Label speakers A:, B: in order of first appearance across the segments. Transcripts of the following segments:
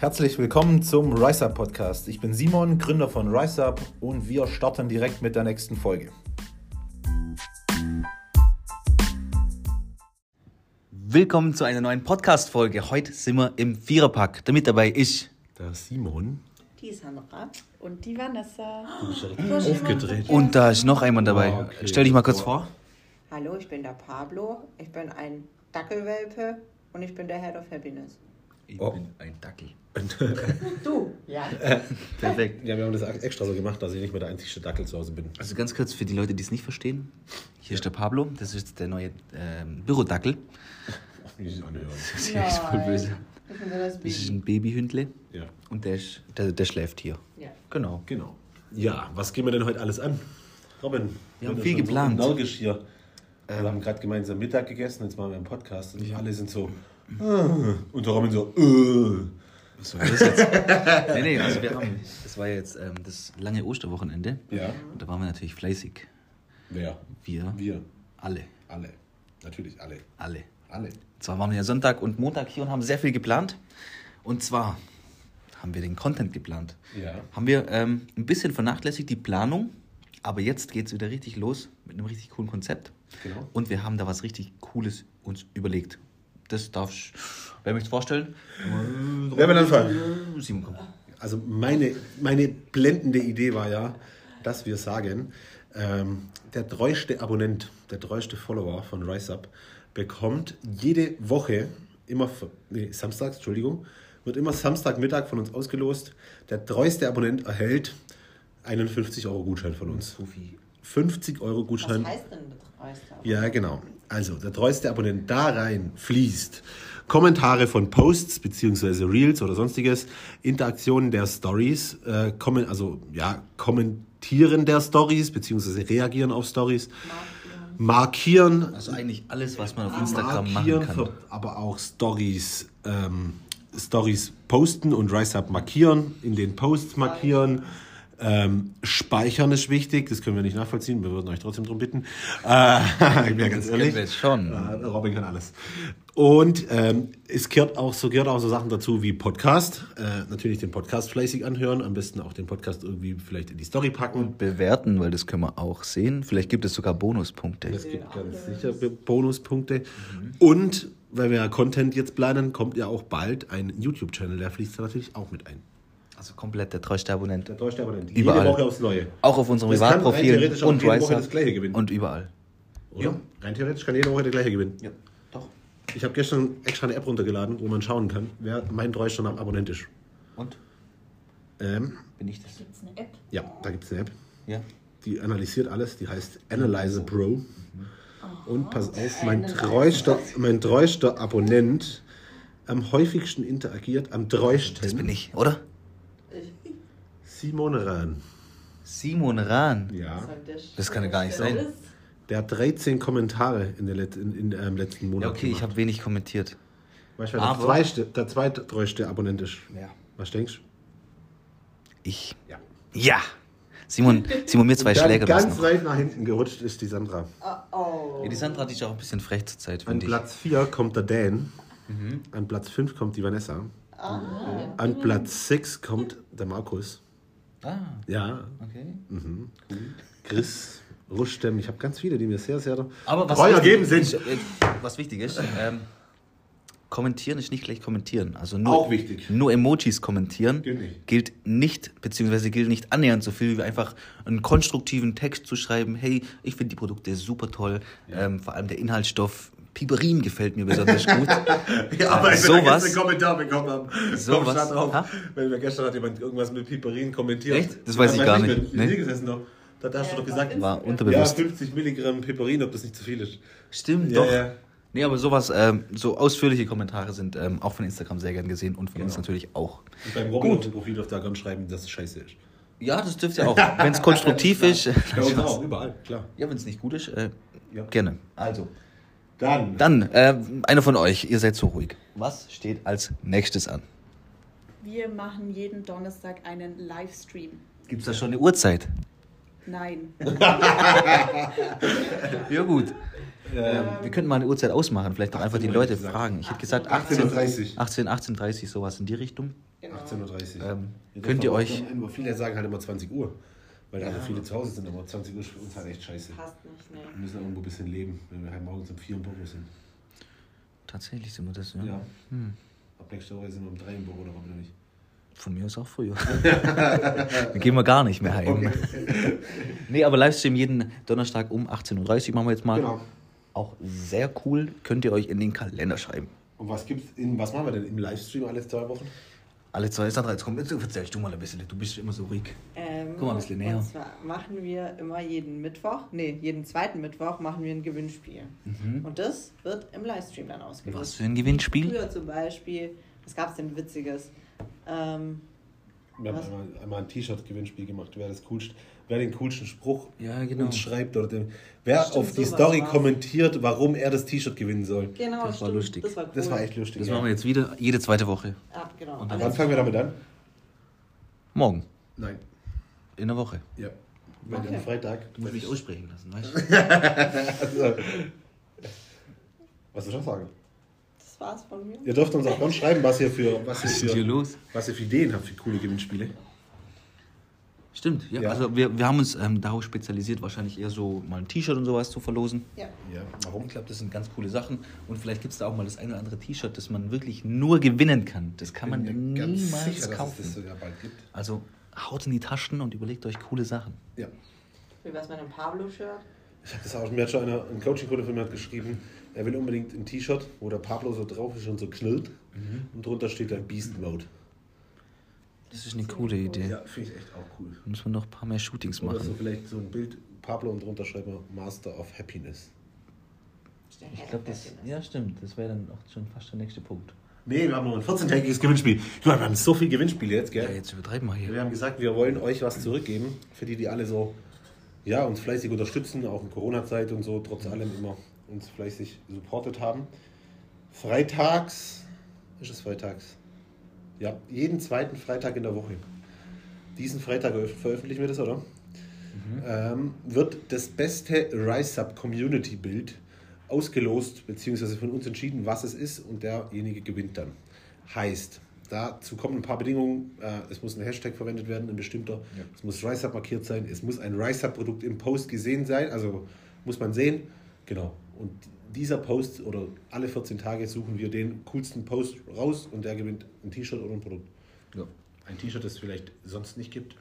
A: Herzlich willkommen zum RiseUp Podcast. Ich bin Simon, Gründer von RiseUp und wir starten direkt mit der nächsten Folge.
B: Willkommen zu einer neuen Podcast-Folge. Heute sind wir im Viererpack. Damit dabei ich.
C: Der Simon.
D: Die Sandra und die Vanessa.
C: Aufgedreht.
B: Und da ist noch jemand dabei.
C: Ah, okay.
B: Stell dich mal kurz vor.
D: Hallo, ich bin der Pablo. Ich bin ein Dackelwelpe und ich bin der Head of Happiness.
B: Ich
C: Oh.
B: bin ein Dackel.
D: Du? Ja.
B: Perfekt.
C: Ja, wir haben das extra so gemacht, dass ich nicht mehr der einzige Dackel zu Hause bin.
B: Also ganz kurz für die Leute, die es nicht verstehen. Hier ist der Pablo. Das ist jetzt der neue ähm, Bürodackel. Das ist echt voll böse.
D: Ich bin so das
B: Das ist
D: Baby.
B: ein Babyhündle.
C: Ja,
B: Und der, ist, der, der schläft hier.
D: Ja.
B: Genau.
C: genau. Ja, was gehen wir denn heute alles an? Robin,
B: Wir haben
C: sind
B: viel
C: schon
B: geplant.
C: So energisch hier. wir haben gerade gemeinsam Mittag gegessen, jetzt machen wir einen Podcast und alle sind so. äh, Und der Robin so. äh.
B: Was soll das jetzt? nee, nee, also wir haben. Das war jetzt ähm, das lange Osterwochenende.
C: Ja.
B: Und da waren wir natürlich fleißig.
C: Wer?
B: Wir.
C: Wir.
B: Alle.
C: Alle. Natürlich alle.
B: Alle.
C: Alle.
B: Und zwar waren wir ja Sonntag und Montag hier und haben sehr viel geplant. Und zwar haben wir den Content geplant.
C: Ja.
B: Haben wir ähm, ein bisschen vernachlässigt die Planung, aber jetzt geht es wieder richtig los mit einem richtig coolen Konzept.
C: Genau.
B: Und wir haben da was richtig Cooles uns überlegt. Das darf ich, wer möchte es vorstellen?
C: Wer will anfangen?
B: Simon, komm.
C: Also meine, meine blendende Idee war ja, dass wir sagen, ähm, der treueste Abonnent, der treueste Follower von RiseUp bekommt jede Woche, immer, f- nee, samstags, Entschuldigung, wird immer Samstagmittag von uns ausgelost. Der treueste Abonnent erhält einen 50-Euro-Gutschein von uns.
B: Profi.
C: 50-Euro-Gutschein.
D: Was heißt denn das Treueste?
C: Ja, genau. Also, der treueste Abonnent da rein fließt. Kommentare von Posts beziehungsweise Reels oder sonstiges, Interaktionen der Stories, äh, kommen, also ja, kommentieren der Stories beziehungsweise reagieren auf Stories, markieren,
B: Also eigentlich alles, was man auf Instagram machen
C: Ah, markieren,
B: kann.
C: ver- aber auch Stories, ähm, Stories posten und RiseUp markieren, in den Posts markieren. Ähm, speichern ist wichtig, das können wir nicht nachvollziehen, wir würden euch trotzdem drum bitten. Äh, ich bin ja ganz
B: Das
C: ehrlich.
B: kennen wir jetzt schon.
C: Äh, Robin kann alles. Und ähm, es gehört auch, so gehört auch so Sachen dazu wie Podcast. Äh, natürlich den Podcast fleißig anhören, am besten auch den Podcast irgendwie vielleicht in die Story packen.
B: Bewerten, weil das können wir auch sehen. Vielleicht gibt es sogar Bonuspunkte.
C: Es gibt ganz sicher Be- Bonuspunkte. Und weil wir ja Content jetzt planen, kommt ja auch bald ein YouTube-Channel, der fließt da natürlich auch mit ein.
B: Also komplett der treueste Abonnent.
C: Der treueste Abonnent.
B: Überall.
C: Jede Woche aufs Neue.
B: Auch auf unserem
C: Das kann rein
B: Privatprofil
C: theoretisch auch
B: und
C: jede Woche
B: Rise Up
C: das Gleiche gewinnen.
B: Und überall.
C: Oder? Rein theoretisch kann jede Woche der gleiche gewinnen.
B: Ja, doch.
C: Ich habe gestern extra eine App runtergeladen, wo man schauen kann, wer mein treuester Name Abonnent ist.
B: Und?
C: Ähm,
B: Bin ich das?
D: Gibt's eine App?
C: ja, da gibt es eine App.
B: Ja.
C: Die analysiert alles, die heißt Analyzer Pro. Und pass auf, mein treuster, mein treuster Abonnent am häufigsten interagiert, am
B: Das bin
C: treuesten.
B: ich, oder?
C: Simon Rahn.
B: Simon Rahn.
C: Ja.
B: Das kann ja gar nicht sein.
C: Der hat 13 Kommentare in der Let in, in, ähm, letzten Monat.
B: Ja, okay, ich
C: gemacht.
B: habe wenig kommentiert.
C: Weißt du, wer der,
B: aber-
C: treueste, der zweittreueste Abonnent ist?
B: Ja.
C: Was denkst
B: Ich.
C: du? Ja.
B: Ja! Simon, Simon mir zwei
C: Dann
B: Schläge
C: ganz
B: lassen.
C: weit nach hinten gerutscht ist die Sandra.
D: Oh.
B: Ja, die Sandra hat dich auch ein bisschen frech zur Zeit,
C: An
B: finde ich.
C: Platz 4 kommt der Dan.
B: Mhm.
C: An Platz 5 kommt die Vanessa. An Platz 6 kommt der Markus.
B: Ah,
C: Ja,
B: okay.
C: Chris, Rustem. Ich habe ganz viele, die mir sehr, sehr
B: Aber was
C: treu
B: wichtig
C: ergeben sind.
B: Ist, äh, was wichtig ist, ähm, kommentieren ist nicht gleich kommentieren. Also nur,
C: Auch wichtig.
B: nur Emojis kommentieren
C: Gilt nicht.
B: gilt nicht, beziehungsweise gilt nicht annähernd so viel, wie einfach einen konstruktiven Text zu schreiben. Hey, ich finde die Produkte super toll. Ähm, vor allem der Inhaltsstoff Piperin gefällt mir besonders gut.
C: Ja,
B: aber wenn wir sowas- gestern einen
C: Kommentar bekommen haben,
B: Sowas- komm, schlag drauf. Ha?
C: Wenn wir gestern hat jemand irgendwas mit Piperin kommentiert.
B: Echt? Das weiß ich gar nicht.
C: Wir
B: Nee.
C: hier gesessen doch. Da hast du doch gesagt,
B: War
C: ja,
B: unterbewusst.
C: 50 Milligramm Piperin, ob das nicht zu viel ist.
B: Stimmt,
C: Ja,
B: doch.
C: ja.
B: Nee, aber sowas, ähm, so ausführliche Kommentare sind ähm, auch von Instagram sehr gern gesehen und von
C: Genau.
B: uns natürlich auch.
C: Und beim Robin auf dem Profil auf der Gun schreiben, dass es scheiße ist.
B: Ja, das dürft ihr auch. Wenn es konstruktiv ist.
C: Ja, und auch, überall, klar.
B: Ja, wenn es nicht gut ist, äh,
C: Ja.
B: gerne. Also,
C: Dann,
B: dann, äh, einer von euch, ihr seid so ruhig. Was steht als nächstes an?
D: Wir machen jeden Donnerstag einen Livestream.
B: Gibt es da schon eine Uhrzeit?
D: Nein.
B: Ja, gut.
C: ähm,
B: Wir könnten mal eine Uhrzeit ausmachen, vielleicht doch einfach die Leute fragen. Ich hätte gesagt 18.30
C: 18.30.
B: 18, 18.30 sowas in die Richtung.
D: Genau.
C: 18.30 Uhr.
B: Ähm, könnt ihr euch.
C: Viele sagen halt immer 20 Uhr, weil da also viele zu Hause sind, aber 20 Uhr ist für uns halt echt scheiße.
D: Passt nicht,
C: Wir
D: ne?
C: müssen irgendwo ein bisschen leben, wenn wir halt morgens um 4 im Büro sind.
B: Tatsächlich sind wir das, ja.
C: Ja. Ab nächster Woche sind wir um 3 im Büro, oder warum nicht?
B: Von mir aus auch früher. Dann gehen wir gar nicht mehr heim. Nee, aber Livestream jeden Donnerstag um 18.30 Uhr machen wir jetzt mal.
C: Genau.
B: Auch sehr cool. Könnt ihr euch in den Kalender schreiben.
C: Und was gibt's in, was machen wir denn im Livestream alle zwei Wochen?
B: Alle zwei, Sandra, jetzt komm, jetzt erzählst du mal ein bisschen. Du bist immer so ruhig.
D: Ähm,
B: Guck mal ein bisschen näher.
D: Und zwar machen wir immer jeden Mittwoch, nee, jeden zweiten Mittwoch machen wir ein Gewinnspiel. Und das wird im Livestream dann ausgelost.
B: Mhm. Was für ein Gewinnspiel?
D: Früher zum Beispiel, was gab es denn Witziges? Ähm,
C: Wir
D: Was?
C: haben einmal, einmal ein T-Shirt-Gewinnspiel gemacht. Wer das coolst, wer den coolsten Spruch
B: Ja, genau.
C: uns schreibt oder den, wer
D: Stimmt,
C: auf die
D: sowas
C: Story
D: war's.
C: kommentiert, warum er das T-Shirt gewinnen soll.
D: genau,
B: Das war
D: stimmt,
B: lustig.
D: Das war cool.
C: Das war echt lustig.
B: Das
C: ja.
B: machen wir jetzt wieder jede zweite Woche.
D: Ja, genau.
B: Und dann-
C: Wann fangen wir damit an?
B: Morgen.
C: Nein.
B: In der Woche.
C: Ja. Weil
D: Okay.
C: am Freitag.
B: Du musst mich aussprechen lassen, weißt
C: Also, was soll ich noch sagen?
D: Das war's von mir.
C: Ihr dürft uns auch ganz schreiben, was ihr für,
B: Was
C: was ihr
B: ist hier
C: für,
B: los?
C: was ihr für Ideen habt für coole Gewinnspiele.
B: Stimmt, ja.
C: Ja.
B: Also wir, wir haben uns ähm, darauf spezialisiert, wahrscheinlich eher so mal ein T-Shirt und sowas zu verlosen.
D: Ja.
C: Ja, warum?
B: Ich glaube, das sind ganz coole Sachen. Und vielleicht gibt es da auch mal das eine oder andere T-Shirt, das man wirklich nur gewinnen kann. Das kann man
C: Bin mir ganz
B: niemals
C: sicher, dass
B: kaufen.
C: es das sogar bald gibt.
B: Also haut in die Taschen und überlegt euch coole Sachen.
C: Ja.
D: Wie wär's mit einem Pablo-Shirt?
C: Ich habe das auch, mir hat schon einer, ein Coaching-Kunde von mir hat geschrieben, er will unbedingt ein T-Shirt, wo der Pablo so drauf ist und so knillt. Und drunter steht dann Beast Mode.
B: Das ist eine coole Idee.
C: finde ich echt auch cool.
B: Muss man noch ein paar mehr Shootings
C: Oder so
B: machen.
C: vielleicht so ein Bild, Pablo und drunter schreibt man Master of Happiness.
B: Ich glaube, das. Ja, stimmt. Das wäre dann auch schon fast der nächste Punkt.
C: Nee, wir haben noch ein 14-tägiges Gewinnspiel. Guck mal, wir haben so viele Gewinnspiele jetzt,
B: Ja,
C: gell?
B: jetzt übertreiben wir
C: Wir
B: hier.
C: haben gesagt, wir wollen euch was zurückgeben, für die, die alle so, ja, uns fleißig unterstützen, auch in Corona-Zeit und so, trotz allem immer uns fleißig supportet haben. Freitags, ist es freitags? Ja, jeden zweiten Freitag in der Woche. Diesen Freitag veröf- veröffentlichen wir das, oder? Ähm, wird das beste Rise Up Community Bild ausgelost, beziehungsweise von uns entschieden, was es ist, und derjenige gewinnt dann. Heißt, dazu kommen ein paar Bedingungen. Äh, es muss ein Hashtag verwendet werden, ein bestimmter. Es muss Rise Up markiert sein. Es muss ein Rise Up Produkt im Post gesehen sein. Also muss man sehen. Genau. Und dieser Post oder alle 14 Tage suchen wir den coolsten Post raus und der gewinnt ein T-Shirt oder ein Produkt.
B: Ja.
C: Ein T-Shirt, das es vielleicht sonst nicht gibt.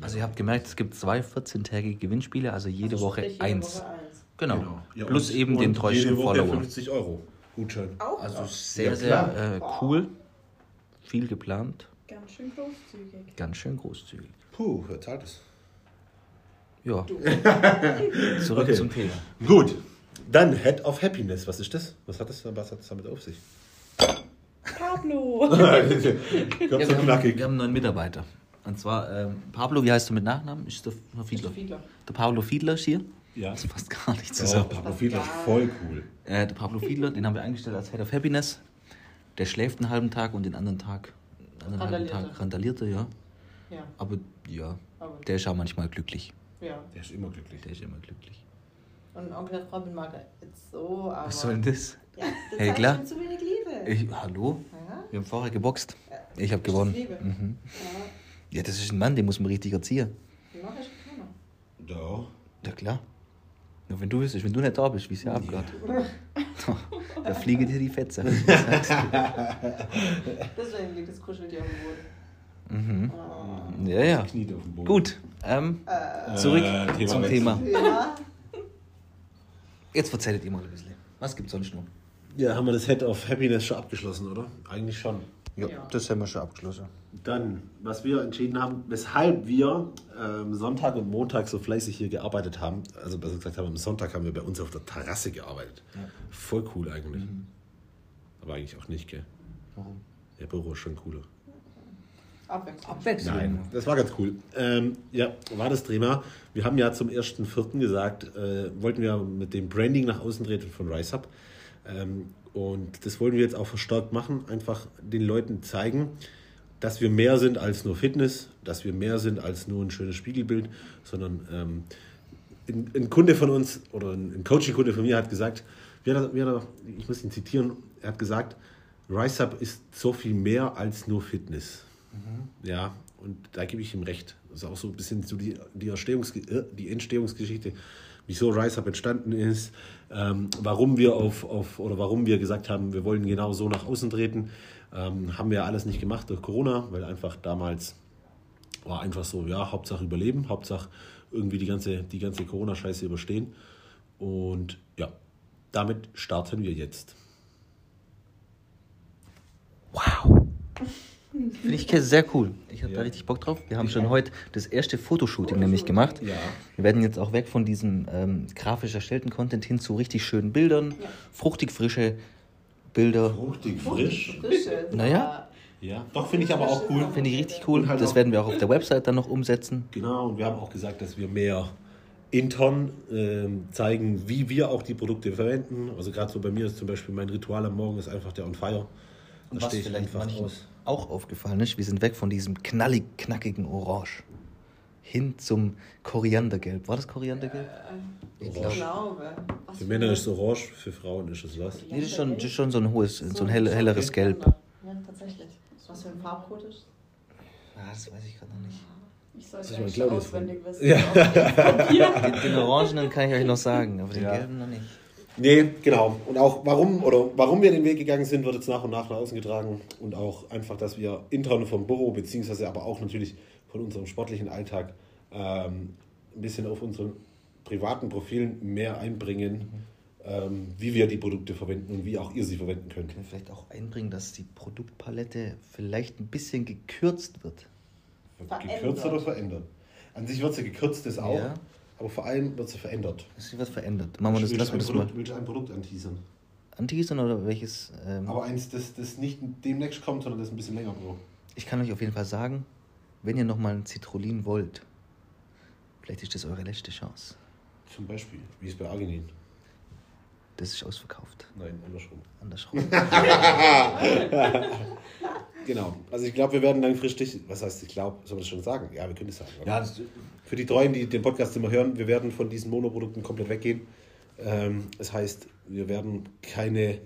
B: Also ihr habt gemerkt, es gibt zwei 14-tägige Gewinnspiele, also jede
D: Also
B: Woche
D: sprich, jede
B: eins.
D: Woche eins.
B: Genau.
C: Ja,
B: Plus
C: und-
B: eben den
C: und
B: treuesten
C: jede Woche
B: Follower.
C: 50 Euro Gutschein.
D: Auch
B: Also
D: noch.
B: sehr,
C: klar.
B: sehr äh, cool. Viel geplant.
D: ganz schön großzügig.
B: Ganz schön großzügig.
C: Puh, wer zahlt das?
B: Ja. Zurück
C: Okay.
B: zum Thema.
C: Gut, dann Head of Happiness. Was ist das? Was hat das, was hat das damit auf sich?
D: Pablo!
C: Ganz
B: Ja,
C: so
B: wir, haben, wir
C: knackig.
B: haben einen neuen Mitarbeiter. Und zwar ähm, Pablo, wie heißt du mit Nachnamen? Ist der Herr Fiedler.
D: Fiedler.
B: Der Pablo Fiedler ist hier.
C: Ja.
B: Das passt gar nicht
C: Oh,
B: zusammen.
C: Pablo Fiedler, voll cool.
B: Äh, der Pablo Fiedler, den haben wir eingestellt als Head of Happiness. Der schläft einen halben Tag und den anderen Tag, einen halben
D: Randaliert er.
B: Tag randaliert er, ja.
D: Ja,
B: Aber ja,
D: aber
B: der ist auch manchmal glücklich.
D: ja.
C: Der ist immer glücklich.
B: Der ist immer glücklich.
D: Und Onkel Robin mag er jetzt so, aber. äh.
B: Was soll denn das?
D: Ja, das
B: Hey,
D: hat
B: klar.
D: schon zu wenig Liebe.
B: Ich, hallo?
D: ja?
B: Wir haben vorher geboxt. Ich habe gewonnen.
D: Liebe.
B: Mhm.
D: Ja,
B: Ja, das ist ein Mann, den muss man richtig erziehen.
D: mach ich keiner.
C: Da.
B: Ja klar. Nur wenn du wüsstest, wenn du nicht da bist, wie es ja abgeht. da fliegen dir die Fetze.
D: Deswegen liegt das Kuscheltier am Boden.
B: ja, ja.
C: Kniet auf dem Boden.
B: Gut. Ähm, zurück
C: Äh, Thema
B: zum
C: wechseln.
B: Thema.
D: Ja,
B: Jetzt verzählt ihr mal ein bisschen. Was gibt's sonst noch?
C: Ja, haben wir das Head of Happiness schon abgeschlossen, oder? Eigentlich schon.
B: Ja,
D: Ja.
B: das haben wir schon abgeschlossen.
C: Dann, was wir entschieden haben, weshalb wir ähm, Sonntag und Montag so fleißig hier gearbeitet haben. Also besser gesagt haben, am Sonntag haben wir bei uns auf der Terrasse gearbeitet. Voll cool eigentlich. Aber eigentlich auch nicht, gell?
B: Warum?
C: Der Büro ist schon cooler.
D: abwechselnd.
B: Abwechslung.
C: Nein, das war ganz cool. Ähm, ja, war das Thema. Wir haben ja zum 1.4. gesagt, äh, wollten wir mit dem Branding nach außen treten von RiseUp. Ähm, und das wollen wir jetzt auch verstärkt machen. Einfach den Leuten zeigen, dass wir mehr sind als nur Fitness, dass wir mehr sind als nur ein schönes Spiegelbild, sondern ähm, ein, ein Kunde von uns oder ein, ein Coaching-Kunde von mir hat gesagt, wie hat er, wie hat er, ich muss ihn zitieren, er hat gesagt, RiseUp ist so viel mehr als nur Fitness. Ja, und da gebe ich ihm recht. Das ist auch so ein bisschen so die, die, Erstehungs äh, die Entstehungsgeschichte, wieso Rise Up entstanden ist, ähm, warum wir auf, auf oder warum wir gesagt haben, wir wollen genau so nach außen treten. Ähm, haben wir alles nicht gemacht durch Corona, weil einfach damals war einfach so, ja, Hauptsache überleben, Hauptsache irgendwie die ganze, die ganze Corona-Scheiße überstehen. Und ja, damit starten wir jetzt.
B: Wow. Finde ich sehr cool. Ich habe da richtig Bock drauf. Wir haben schon heute das erste Fotoshooting nämlich gemacht.
C: Ja.
B: Wir werden jetzt auch weg von diesem ähm, grafisch erstellten Content hin zu richtig schönen Bildern. Fruchtig frische Bilder.
C: Fruchtig
D: Frische.
B: Naja.
C: Ja, doch finde ich aber auch cool.
B: Finde ich richtig cool.
C: Und halt
B: Das
C: auch-
B: werden wir auch auf der Website dann noch umsetzen.
C: Genau, und wir haben auch gesagt, dass wir mehr intern ähm, zeigen, wie wir auch die Produkte verwenden. Also gerade so bei mir ist zum Beispiel mein Ritual am Morgen ist einfach der On Fire. Da stehe ich einfach aus.
B: auch aufgefallen ist, wir sind weg von diesem knallig knackigen Orange hin zum Koriandergelb. War das Koriandergelb? äh,
D: Ich
C: Orange.
D: glaube. Was
C: Für Männer ist es orange, für Frauen ist es was.
B: Nee, das ist schon, das ist schon so ein hohes, so ein hell, helleres Gelb.
D: Ja, tatsächlich. Was für ein Farbcode ist?
B: Ah, das weiß ich gerade noch nicht.
E: Ich sollte
C: ich mal
E: eigentlich
C: Claudia
E: auswendig wissen.
B: Den, den orangenen kann ich euch noch sagen, aber den gelben noch nicht.
C: Nee, genau. Und auch warum oder warum wir den Weg gegangen sind, wird jetzt nach und nach nach außen getragen. Und auch einfach, dass wir intern vom Büro, beziehungsweise aber auch natürlich von unserem sportlichen Alltag ähm, ein bisschen auf unseren privaten Profilen mehr einbringen, ähm, wie wir die Produkte verwenden und wie auch ihr sie verwenden könnt.
B: Können wir vielleicht auch einbringen, dass die Produktpalette vielleicht ein bisschen gekürzt wird.
D: Verändert.
C: Gekürzt oder verändert? An sich wird sie gekürzt, das auch.
B: Ja.
C: Aber vor allem wird sie verändert.
B: Dass sich was verändert. Machen wir das,
C: Willst
B: lassen
C: du
B: wir das
C: ein
B: mal
C: Produkt, willst du ein Produkt anteasern?
B: anteasern oder welches? Ähm,
C: Aber eins, das, das nicht demnächst kommt, sondern das ein bisschen länger braucht.
B: Ich kann euch auf jeden Fall sagen, wenn ihr nochmal ein Citrullin wollt, vielleicht ist das eure letzte Chance.
C: Zum Beispiel, wie es bei Arginin.
B: Das ist ausverkauft.
C: Nein, andersrum.
B: Andersrum.
C: Genau. Also ich glaube, wir werden langfristig, was heißt ich glaube, soll man das schon sagen? Ja, wir können es sagen. oder?
B: das,
C: Für die Treuen, die den Podcast immer hören, wir werden von diesen Monoprodukten komplett weggehen. Ähm, das heißt, wir werden keine,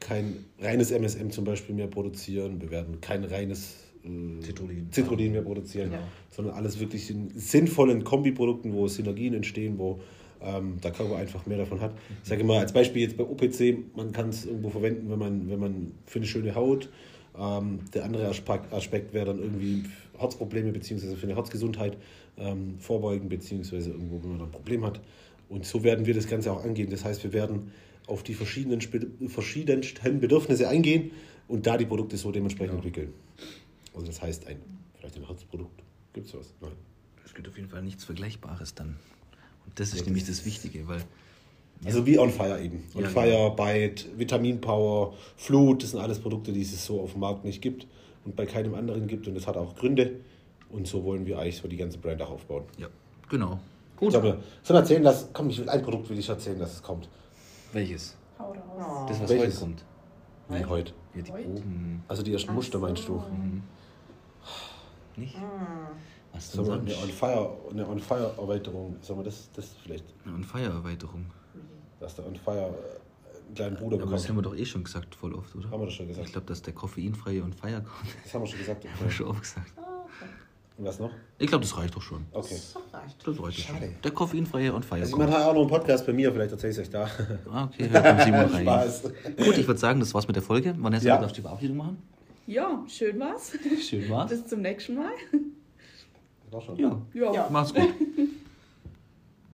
C: kein reines MSM zum Beispiel mehr produzieren. Wir werden kein reines äh,
B: Citrullin.
C: Citrullin mehr produzieren, sondern alles wirklich in sinnvollen Kombiprodukten, wo Synergien entstehen, wo ähm, der Körper einfach mehr davon hat. Ich sage immer als Beispiel jetzt bei OPC, man kann es irgendwo verwenden, wenn man, wenn man für eine schöne Haut. Ähm, der andere Aspekt, Aspekt wäre dann irgendwie Herzprobleme beziehungsweise für eine Herzgesundheit ähm, vorbeugen beziehungsweise irgendwo, wenn man da ein Problem hat. Und so werden wir das Ganze auch angehen. Das heißt, wir werden auf die verschiedenen, Spe- verschiedensten Bedürfnisse eingehen und da die Produkte so dementsprechend entwickeln. Also das heißt ein, vielleicht ein Herzprodukt. Gibt es was? Nein.
B: es gibt auf jeden Fall nichts Vergleichbares dann. Und das ist nämlich das Wichtige, weil
C: Also wie On Fire eben. On
B: Ja, genau.
C: Fire, Bite, Vitamin Power, Flut, das sind alles Produkte, die es so auf dem Markt nicht gibt und bei keinem anderen gibt und das hat auch Gründe. Und so wollen wir eigentlich so die ganze Brand auch aufbauen.
B: ja, genau.
C: Gut. Sollen wir sollen wir erzählen, dass, komm, ich will ein Produkt will ich erzählen, dass es kommt.
B: Welches? Ah,
E: Hau raus.
B: Das, was
C: Welches?
B: heute kommt.
C: Wie heute.
B: Ja, die
E: Heute?
B: Proben
C: Also die ersten Muster meinst du?
B: nicht. Was denn
C: Sollen wir eine
B: sonst?
C: On Fire, eine On Fire Erweiterung, sollen wir das, das vielleicht,
B: Eine On-Fire-Erweiterung.
C: dass der On Fire äh, einen kleinen Bruder
B: Aber das
C: bekommt?
B: haben wir doch eh schon gesagt, voll oft, oder?
C: Haben wir das schon gesagt.
B: Also Ich glaube, dass der koffeinfreie On-Fire kommt.
C: Das haben wir schon gesagt.
B: Haben wir schon oft gesagt.
C: Und was noch?
B: Ich glaube, das reicht doch schon.
C: Okay.
B: Das reicht doch
C: Schade.
B: schon. Der koffeinfreie On-Fire
C: Also
B: kommt.
C: jemand hat auch noch einen Podcast bei mir, vielleicht erzähle ich es euch da.
B: Ah, okay, hört beim Simon rein.
C: Spaß.
B: Gut, ich würde sagen, das war's mit der Folge. Vanessa,
C: Ja.
B: du darfst die Verabschiedung machen.
E: Ja, schön war's.
B: Schön war's.
E: Bis zum nächsten Mal.
C: Das war schon.
B: Ja,
E: Ja.
B: mach's gut.